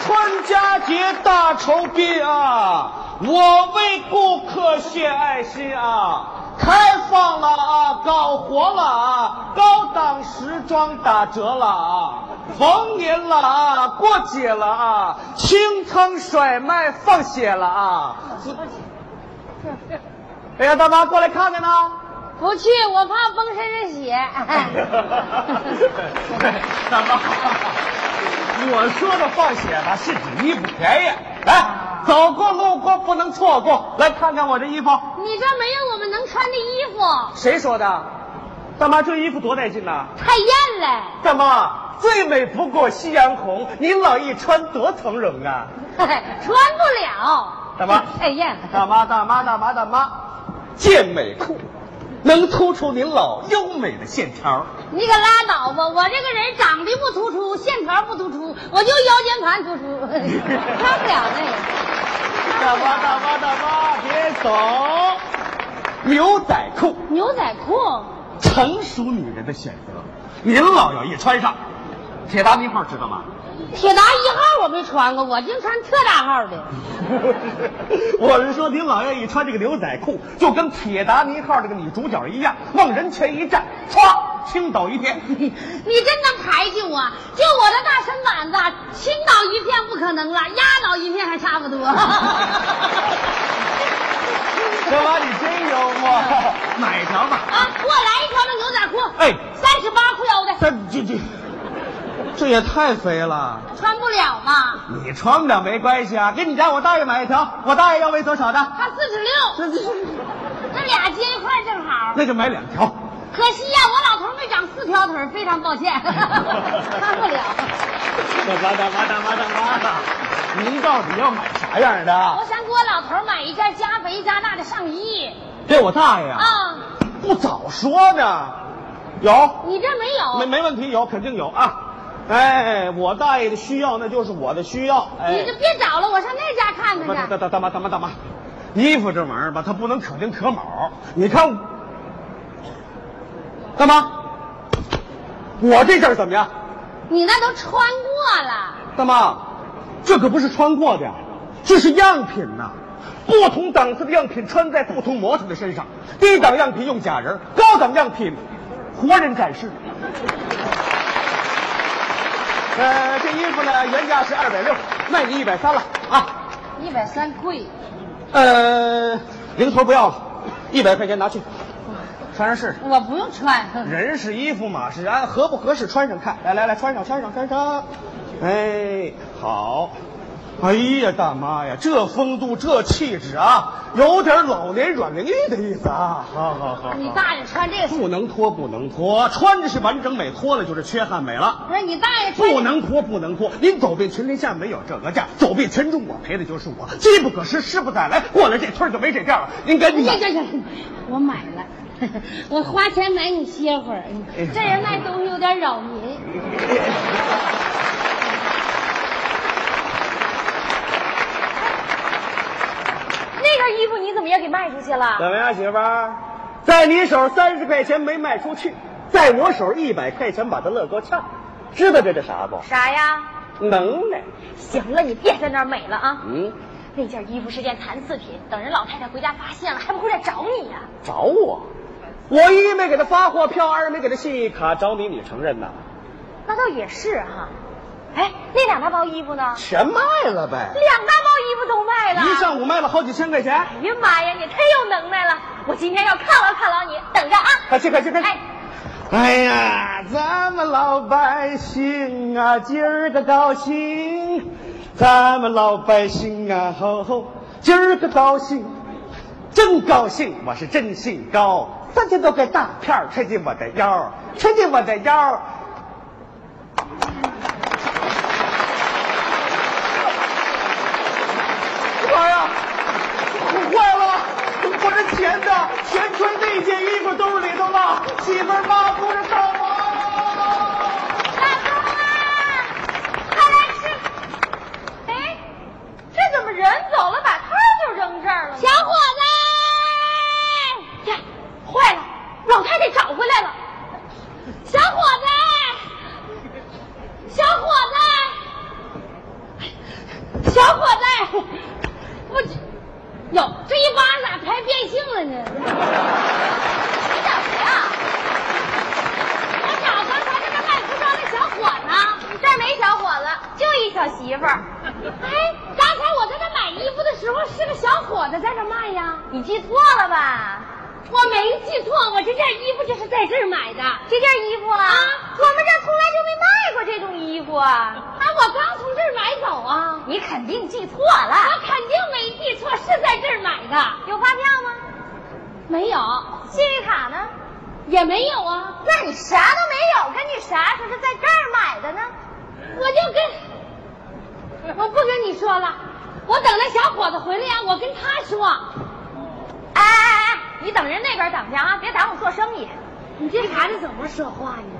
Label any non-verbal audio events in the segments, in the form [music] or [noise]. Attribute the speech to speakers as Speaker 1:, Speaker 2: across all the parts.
Speaker 1: 川佳节大酬宾啊，我为顾客献爱心啊，开放了啊，搞活了啊，高档时装打折了啊，逢年了啊，过节了啊，清仓甩卖放血了啊！哎呀，大妈过来看看呢。
Speaker 2: 不去，我怕崩身上血。哎
Speaker 1: 大妈，我说的放血吧，是指衣服便宜。来，走过路过不能错过，来看看我这衣服。
Speaker 2: 你这没有我们能穿的衣服，
Speaker 1: 谁说的？大妈，这衣服多带劲呐！
Speaker 2: 太艳了。
Speaker 1: 大妈，最美不过夕阳红，您老一穿多从容啊！
Speaker 2: 穿不了。
Speaker 1: 大妈
Speaker 2: 太艳
Speaker 1: 大
Speaker 2: 了。
Speaker 1: 妈，大妈，大妈，大妈，健美裤能突出您老优美的线条。
Speaker 2: 你可拉倒吧！我这个人长得不突出，线条不突出，我就腰间盘突出，穿不了那个。
Speaker 1: 大妈，大妈，大妈，别走！牛仔裤，
Speaker 2: 牛仔裤，
Speaker 1: 成熟女人的选择，您老要一穿上，铁达尼号知 [laughs] 道吗？
Speaker 2: 铁达一号我没穿过，我净穿特大号的。
Speaker 1: 我是说，您老要一穿这个牛仔裤，就跟铁达尼号这个女主角一样，往人前一站，歘，倾倒一 [laughs] 片。
Speaker 2: 你真能抬举我，就我这大身板子，倾倒一片不可能了，压倒一片还差不多。 [laughs] 啊
Speaker 1: 大妈，你真幽 [laughs] 默，买一条吧。
Speaker 2: 啊，给我来一条那牛仔裤，
Speaker 1: 哎
Speaker 2: 三十八裤腰的，
Speaker 1: 这这这，这也太肥了。
Speaker 2: 穿不了嘛，
Speaker 1: 你穿不了没关系啊，给你家我大爷买一条，我大爷腰围多少的？
Speaker 2: 它四
Speaker 1: 这
Speaker 2: 十六，
Speaker 1: 这，
Speaker 2: 那俩接一块儿正好。
Speaker 1: 那就买两条。
Speaker 2: 可惜呀、我老头没长四条腿儿，非常抱歉，
Speaker 1: [laughs]
Speaker 2: 穿不了。
Speaker 1: 大妈大妈大妈大妈，您到底要买啥样的
Speaker 2: 我？想给我老头买一件加肥加大的上衣
Speaker 1: 给我大爷啊！
Speaker 2: 啊，
Speaker 1: 不早说呢，有，
Speaker 2: 你这没有？
Speaker 1: 没没问题，有肯定有啊。哎，我大爷的需要那就是我的需要。哎
Speaker 2: 你，就别找了，我上那家看看
Speaker 1: 大
Speaker 2: 去。
Speaker 1: 大大妈大妈大妈，衣服这玩意儿吧，它不能可丁可卯。你看我，大妈，我这件儿怎么样？
Speaker 2: 你那都穿过了，
Speaker 1: 大妈，这可不是穿过的呀，这是样品呐、不同档次的样品穿在不同模特的身上，低档样品用假人，高档样品活人展示。呃，这衣服呢，原价是二百六，卖你一百三了啊。
Speaker 2: 一百三贵。
Speaker 1: 呃，零头不要了，一百块钱拿去，穿上试试。
Speaker 2: 我不用穿，
Speaker 1: [laughs] 人是衣服，马是鞍，合不合适穿上看。来来来，穿上穿上穿上。哎，好。哎呀，大妈呀，这风度这气质啊，有点老年阮玲玉的意思啊。好好好
Speaker 2: 你大爷穿这个，
Speaker 1: 不能脱，不能脱，穿着是完整美，脱了就是缺憾美了。
Speaker 2: 不是你大爷穿
Speaker 1: 不能脱，不能脱！您走遍全天下没有这个价，走遍全中国赔的就是我。机不可失，失不再来，过了这村儿就没这店了。您赶紧
Speaker 2: 呀
Speaker 1: 买。
Speaker 2: 呀呀！
Speaker 3: [laughs]
Speaker 2: 我买了，我花钱买你歇会儿。
Speaker 1: 哎
Speaker 2: 这人卖东西有点扰民。
Speaker 3: 那件衣服你怎么也给卖出去了？
Speaker 1: 怎么样，媳妇儿？在你手三十块钱没卖出去，在我手一百块钱把它乐够呛，知道这是啥不？
Speaker 3: 啥呀？
Speaker 1: 能耐。
Speaker 3: 行了，你别在那儿美了啊！
Speaker 1: 嗯，
Speaker 3: 那件衣服是件残次品，等人老太太回家发现了，还不回来找你呀、
Speaker 1: 找我，我一没给他发货票，二没给他信用卡，找你你承认呐？
Speaker 3: 那倒也是哈、哎，那两大包衣服呢？
Speaker 1: 全卖了呗，
Speaker 3: 两大包衣服都卖了。
Speaker 1: 一上午卖了好几千块钱。
Speaker 3: 哎呀妈呀，你太有能耐了！我今天要犒劳犒劳你，等着啊！
Speaker 1: 快去快去快去
Speaker 3: 哎，
Speaker 1: 哎呀，咱们老百姓啊，今儿个高兴，咱们老百姓啊，吼吼，今儿个高兴，真高兴，我是真兴高，三千多个大片儿揣进我的腰儿， [laughs] 揣进我的腰儿。妈呀，坏了！我这钱呢？全揣那件衣服兜里头了，媳妇儿妈哭着上我。
Speaker 2: 老公啊，快来吃！
Speaker 3: 哎，这怎么人走了，把套就扔这儿了呢？
Speaker 2: 小伙子，
Speaker 3: 呀，坏了，老太太找回来了。
Speaker 2: 小伙子，
Speaker 3: 小媳妇儿，
Speaker 2: [laughs] 哎，刚才我在这买衣服的时候，是个小伙子在这卖呀。
Speaker 3: 你记错了吧？
Speaker 2: 我没记错，我这件衣服就是在这儿买的。
Speaker 3: 这件衣服啊，
Speaker 2: 啊
Speaker 3: 我们这儿从来就没卖过这种衣服啊！
Speaker 2: 啊，我刚从这儿买走啊。
Speaker 3: 你肯定记错
Speaker 2: 我
Speaker 3: 了，
Speaker 2: 肯定没记错，是在这儿买的。
Speaker 3: 有发票吗？
Speaker 2: 没有，
Speaker 3: 信用卡呢？
Speaker 2: 也没有啊。
Speaker 3: 那你啥都没有，跟你啥时候是在这儿买的呢？
Speaker 2: 我就跟，我不跟你说了。我等那小伙子回来呀、我跟他说。
Speaker 3: 哎哎哎，你等人那边等去啊，别耽误做生意。
Speaker 2: 你这孩子怎么说话呢？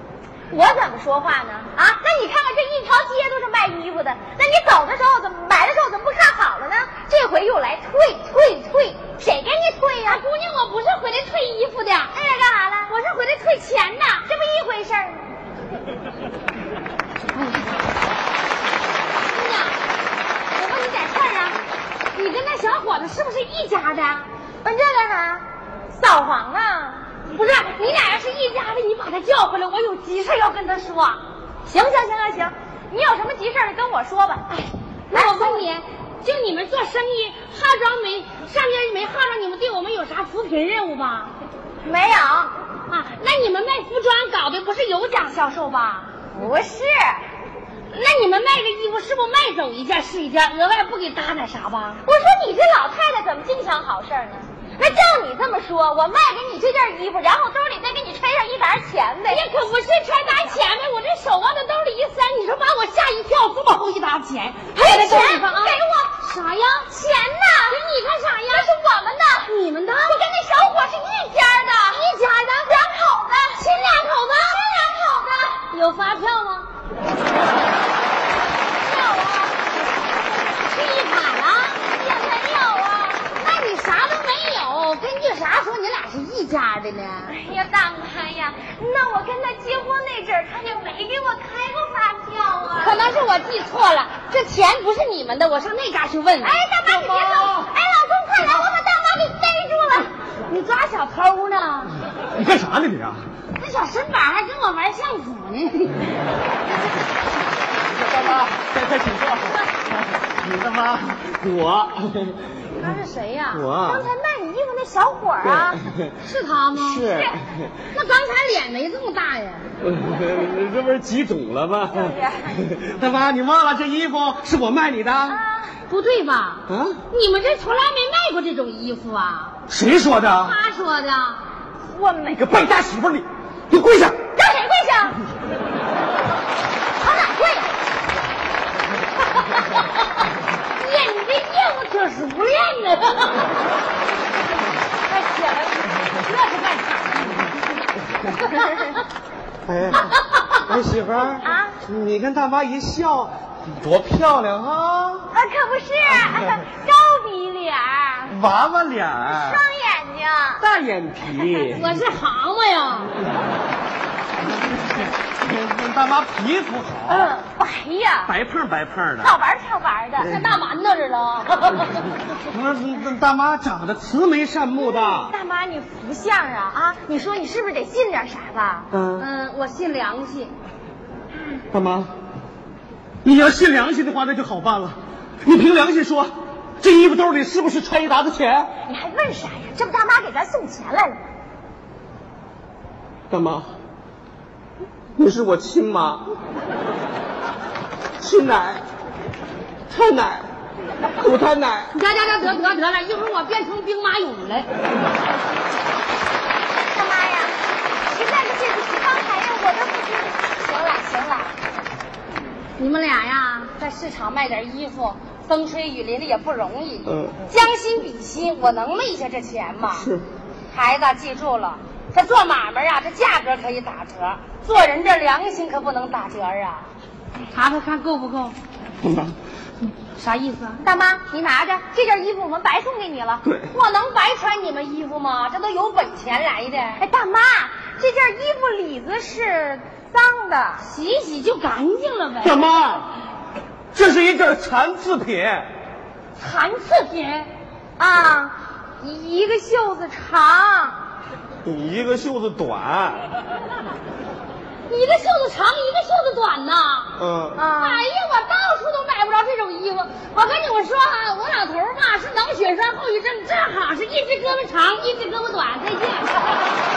Speaker 3: 我怎么说话呢？啊，那你看看这一条街都是卖衣服的，那你走的时候怎么买的时候怎么不看好了呢？这回又来退退退，谁给你退呀、
Speaker 2: 啊，姑娘，我不是回来退衣服的，
Speaker 3: 那是干啥了？
Speaker 2: 我是回来退钱的。
Speaker 3: 这不一回事儿
Speaker 2: [laughs]
Speaker 3: 吗？
Speaker 2: 哎姑娘，我问你点事儿啊，你跟那小伙子是不是一家的？
Speaker 3: 问这干啥？扫黄啊！
Speaker 2: 不是，你俩要是一家的，你把他叫回来，我有急事要跟他说。
Speaker 3: 行行行行行，你有什么急事儿就跟我说吧。哎，
Speaker 2: 那我问你，就你们做生意，号召没上边没号召你们对我们有啥扶贫任务吗？
Speaker 3: 没有，
Speaker 2: 啊，那你们卖服装搞的不是有奖销售吧？
Speaker 3: 不是，
Speaker 2: [laughs] 那你们卖个衣服是不是卖走一件是一件，额外不给搭点啥吧？
Speaker 3: 我说你这老太太怎么净想好事儿呢？那照你这么说，我卖给你这件衣服，然后兜里再给你揣上一沓钱
Speaker 2: 哎
Speaker 3: 呗
Speaker 2: 呀？，可不是揣拿钱呗，我这手往他兜里一塞，你说把我吓一跳，这么厚一沓钱，还有
Speaker 3: 钱
Speaker 2: 这地方啊，
Speaker 3: 给我
Speaker 2: 啥呀？
Speaker 3: 钱呢？
Speaker 2: 你干啥呀？
Speaker 3: 这是我们的，
Speaker 2: 你们的，
Speaker 3: 我跟那小伙是一家的，一家的，两口子，亲两口子，亲两口子。
Speaker 2: 有发票吗？没有啊，信用卡啊？也没有啊。那你啥都没有，根据啥说你俩是一家的呢？
Speaker 3: 哎呀，大妈呀，那我跟他结婚那阵儿，他就没给我开过发票啊。
Speaker 2: 可能是我记错了，这钱不是你们的，我上那嘎去问问。
Speaker 3: 哎，大妈，你别走！哎，老公，快来，我把大妈给逮住了。
Speaker 2: 哎你抓小偷呢？
Speaker 1: 你干啥呢你啊？
Speaker 2: 那小身板还跟我玩相扑呢。
Speaker 1: 大妈，再再请坐。你大妈，我，
Speaker 2: 他是谁呀
Speaker 1: 我啊
Speaker 3: 刚才卖你衣服那小伙儿啊，
Speaker 1: [laughs] 对
Speaker 2: 是他吗？
Speaker 1: 是，
Speaker 2: [laughs] 那刚才脸没这么大呀？
Speaker 1: 这不是急肿了吗
Speaker 3: 是？
Speaker 1: 大妈，你忘了这衣服是我卖你的啊？
Speaker 3: 啊，
Speaker 2: 不对吧？你们这从来没卖过这种衣服啊？
Speaker 1: 谁说的？
Speaker 2: 他说的。
Speaker 3: 我没
Speaker 1: 你个败家媳妇儿你，你跪下！
Speaker 3: 让谁跪
Speaker 2: [laughs]
Speaker 3: 下？往哪跪？
Speaker 2: 呀，你这业务挺熟练的。
Speaker 3: [laughs] 快起来！
Speaker 2: 这是干啥？
Speaker 1: 哎，哎，媳妇儿
Speaker 3: 啊
Speaker 1: 你跟大妈一笑，多漂亮
Speaker 2: 呃
Speaker 1: 啊！
Speaker 3: 啊，可不是，高鼻脸儿，
Speaker 1: [laughs] 娃娃脸儿
Speaker 3: 双眼睛。
Speaker 1: 大眼皮，
Speaker 2: [laughs] 我是蛤蟆呀。
Speaker 1: 大妈皮肤好，
Speaker 3: 嗯，白呀，
Speaker 1: 白胖白胖的。
Speaker 3: 好玩儿挺玩儿的。
Speaker 2: 看大馒头这了。 [laughs]
Speaker 1: 不是，大妈长得慈眉善目的。
Speaker 3: 大妈，你福相啊啊！你说你是不是得信点啥吧？
Speaker 1: 嗯，
Speaker 2: 嗯，我信良心。
Speaker 1: 大妈，你要信良心的话，那就好办了。你凭良心说，这衣服兜里是不是揣一沓子钱？
Speaker 3: 你还问啥呀？这不大妈给咱送钱来了吗？
Speaker 1: 大妈，你是我亲妈，亲奶，太奶，补他奶。
Speaker 2: 得得得得得得了，一会儿我变成兵马俑了。
Speaker 3: 大妈呀，实在是对不起，刚才呀我都不知行了行了，
Speaker 2: 你们俩呀，在市场卖点衣服，风吹雨淋的也不容易。
Speaker 1: 嗯，
Speaker 2: 将心比心，我能昧下这钱吗？
Speaker 1: 是。
Speaker 2: 孩子，记住了，这做买卖啊，这价格可以打折，做人这良心可不能打折啊。查查看够不够？
Speaker 1: 大妈，
Speaker 2: 啥意思啊？
Speaker 3: 大妈你拿着这件衣服我们白送给你了。
Speaker 1: 对
Speaker 2: 我能白穿你们衣服吗？这都有本钱来的，
Speaker 3: 哎，大妈，这件衣服里子是脏的，
Speaker 2: 洗一洗就干净了
Speaker 1: 大
Speaker 2: 呗。
Speaker 1: 妈，这是一件残次品。
Speaker 2: 残次品，
Speaker 3: 啊，一一个袖子长，
Speaker 1: 你一个袖子短，
Speaker 2: 一个袖子长，一个袖子短呐。
Speaker 1: 嗯，
Speaker 3: 啊
Speaker 2: 哎呀，我到处都买我跟你们说啊，我老头儿吧是脑血栓后遗症，正好是一只胳膊长，一只胳膊短，再见。